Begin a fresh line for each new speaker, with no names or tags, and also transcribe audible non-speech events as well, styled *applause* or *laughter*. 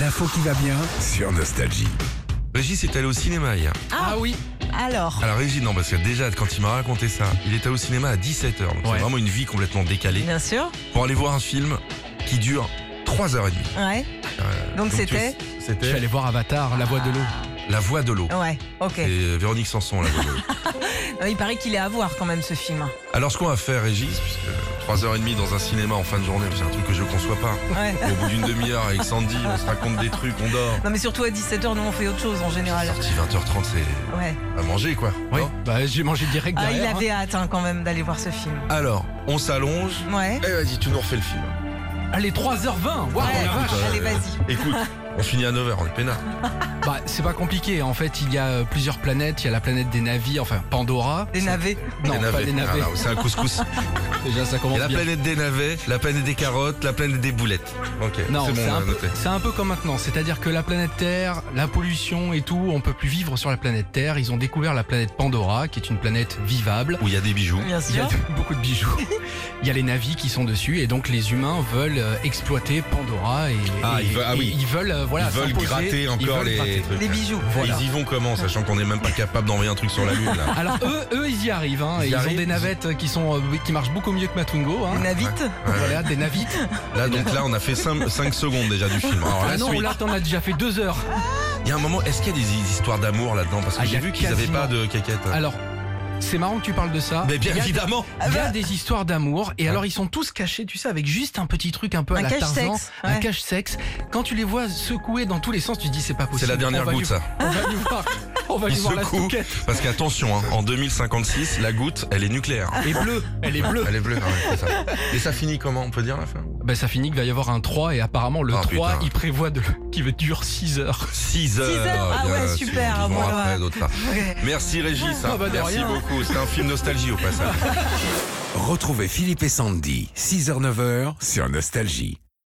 L'info qui va bien sur Nostalgie.
Régis est allé au cinéma hier.
Ah oui. Ah
Alors,
Alors Régis, non, parce que déjà, quand il m'a raconté ça, il est allé au cinéma à 17h. Donc
Ouais.
c'est vraiment une vie complètement décalée.
bien sûr.
Pour aller voir un film qui dure 3h30.
Ouais.
Euh,
Donc
tu-
c'était
Je suis
C'était
allé voir Avatar, la voix de l'eau.
La Voix de l'eau.
Ouais, ok.
Et euh, Véronique Sanson, La Voix
*laughs*
de l'eau.
Euh, Il paraît qu'il est à voir quand même ce film.
Alors ce qu'on va faire, Régis, puisque 3h30 dans un cinéma en fin de journée, c'est un truc que je conçois pas.
*laughs*
Ouais.
Au bout d'une demi-heure avec Sandy, on se raconte des trucs, on dort.
Non mais surtout à 17h, nous on fait autre chose en général.
Sorti 20h30, c'est
Ouais.
à manger quoi.
Oui.
non
Bah, j'ai mangé direct
Ah,
derrière.
il
hein.
avait hâte hein, quand même d'aller voir ce film.
Alors, on s'allonge.
Ouais.
Euh,
Eh vas-y, tu nous refais le film.
Allez, 3h20. Waouh,
Ouais,
la vache.
euh,
allez, vas-y.
Écoute,
*laughs*
on finit à 9h, on est peinard.
Bah, c'est pas compliqué. En fait, il y a euh, plusieurs planètes. Il y a la planète des navires, enfin Pandora.
Des navets.
Non, pas des navets.
Ah, non, c'est un
*laughs*
couscous.
Déjà, ça
Il y
commence
a la
bien.
planète des navets, la planète des carottes, la planète des boulettes. Ok, c'est bon,
Non, c'est
on a
un, peu-
noté.
c'est un peu comme maintenant. C'est-à-dire que la planète Terre, la pollution et tout, on peut plus vivre sur la planète Terre. Ils ont découvert la planète Pandora, qui est une planète vivable.
Où il y a des bijoux.
Bien
Il y a
sûr.
*laughs* beaucoup de bijoux. Il y a les navis qui sont dessus et donc les humains veulent euh, exploiter Pandora et,
Ah,
et-
ils veulent- ah
et
oui.
ils veulent euh, voilà
Ils veulent
s'imposer,
gratter
ils
encore
veulent
les
gratter.
trucs.
Les bijoux.
Voilà.
Ils y vont comment, sachant qu'on n'est même pas capable d'envoyer un truc sur la
*laughs*
lune là
Alors eux, eux, ils y arrivent. hein,
Ils
et
y
ils
arrivent,
ont des
ils-
navettes qui sont euh, qui marchent beaucoup mieux que Matungo.
Des
Hein.
navites.
Voilà, des
*laughs*
navites.
Là, donc là, on a fait 5, secondes déjà du film. Alors,
Ah
la
non,
suite.
là t'en as déjà fait deux heures.
Il y a un moment, est-ce qu'il y a des histoires d'amour là-dedans Parce que
Ah, il
j'ai
y a
vu qu'ils n'avaient
quasiment.
pas de caquette.
Alors, c'est marrant que tu parles de ça.
Mais bien
Il y a-
évidemment
Il
Euh,
y a des histoires d'amour et alors ils sont tous cachés, tu sais, avec juste un petit truc un peu à
Un
la Tarzan,
cache-sexe,
un
ouais.
cache-sexe. Quand tu les vois secouer dans tous les sens, tu te dis c'est pas possible.
C'est la dernière
on va
goutte,
lui-
ça.
On va lui voir, on va
Ils
lui voir la
secouent.
souquette.
Parce qu'attention, hein, en 2056, la goutte, elle est nucléaire.
Elle est bleue, elle est bleue.
Elle est bleue. ah ouais,
*laughs*
c'est ça. Et ça finit comment On peut dire la fin
Ben ça finit qu'il va y avoir un 3 et apparemment le
Ah,
3
putain.
il prévoit de... qu'il va durer 6 heures.
6 heures.
heures, ah
bien
ouais,
sûr,
super,
ils
ah,
vont
voilà.
après, d'autres pas.
Ouais.
Merci Régis, hein.
Ah, bah, de
merci
rien.
beaucoup. C'était un film nostalgie au passage.
Retrouvez Philippe et Sandy, 6h-9h sur Nostalgie.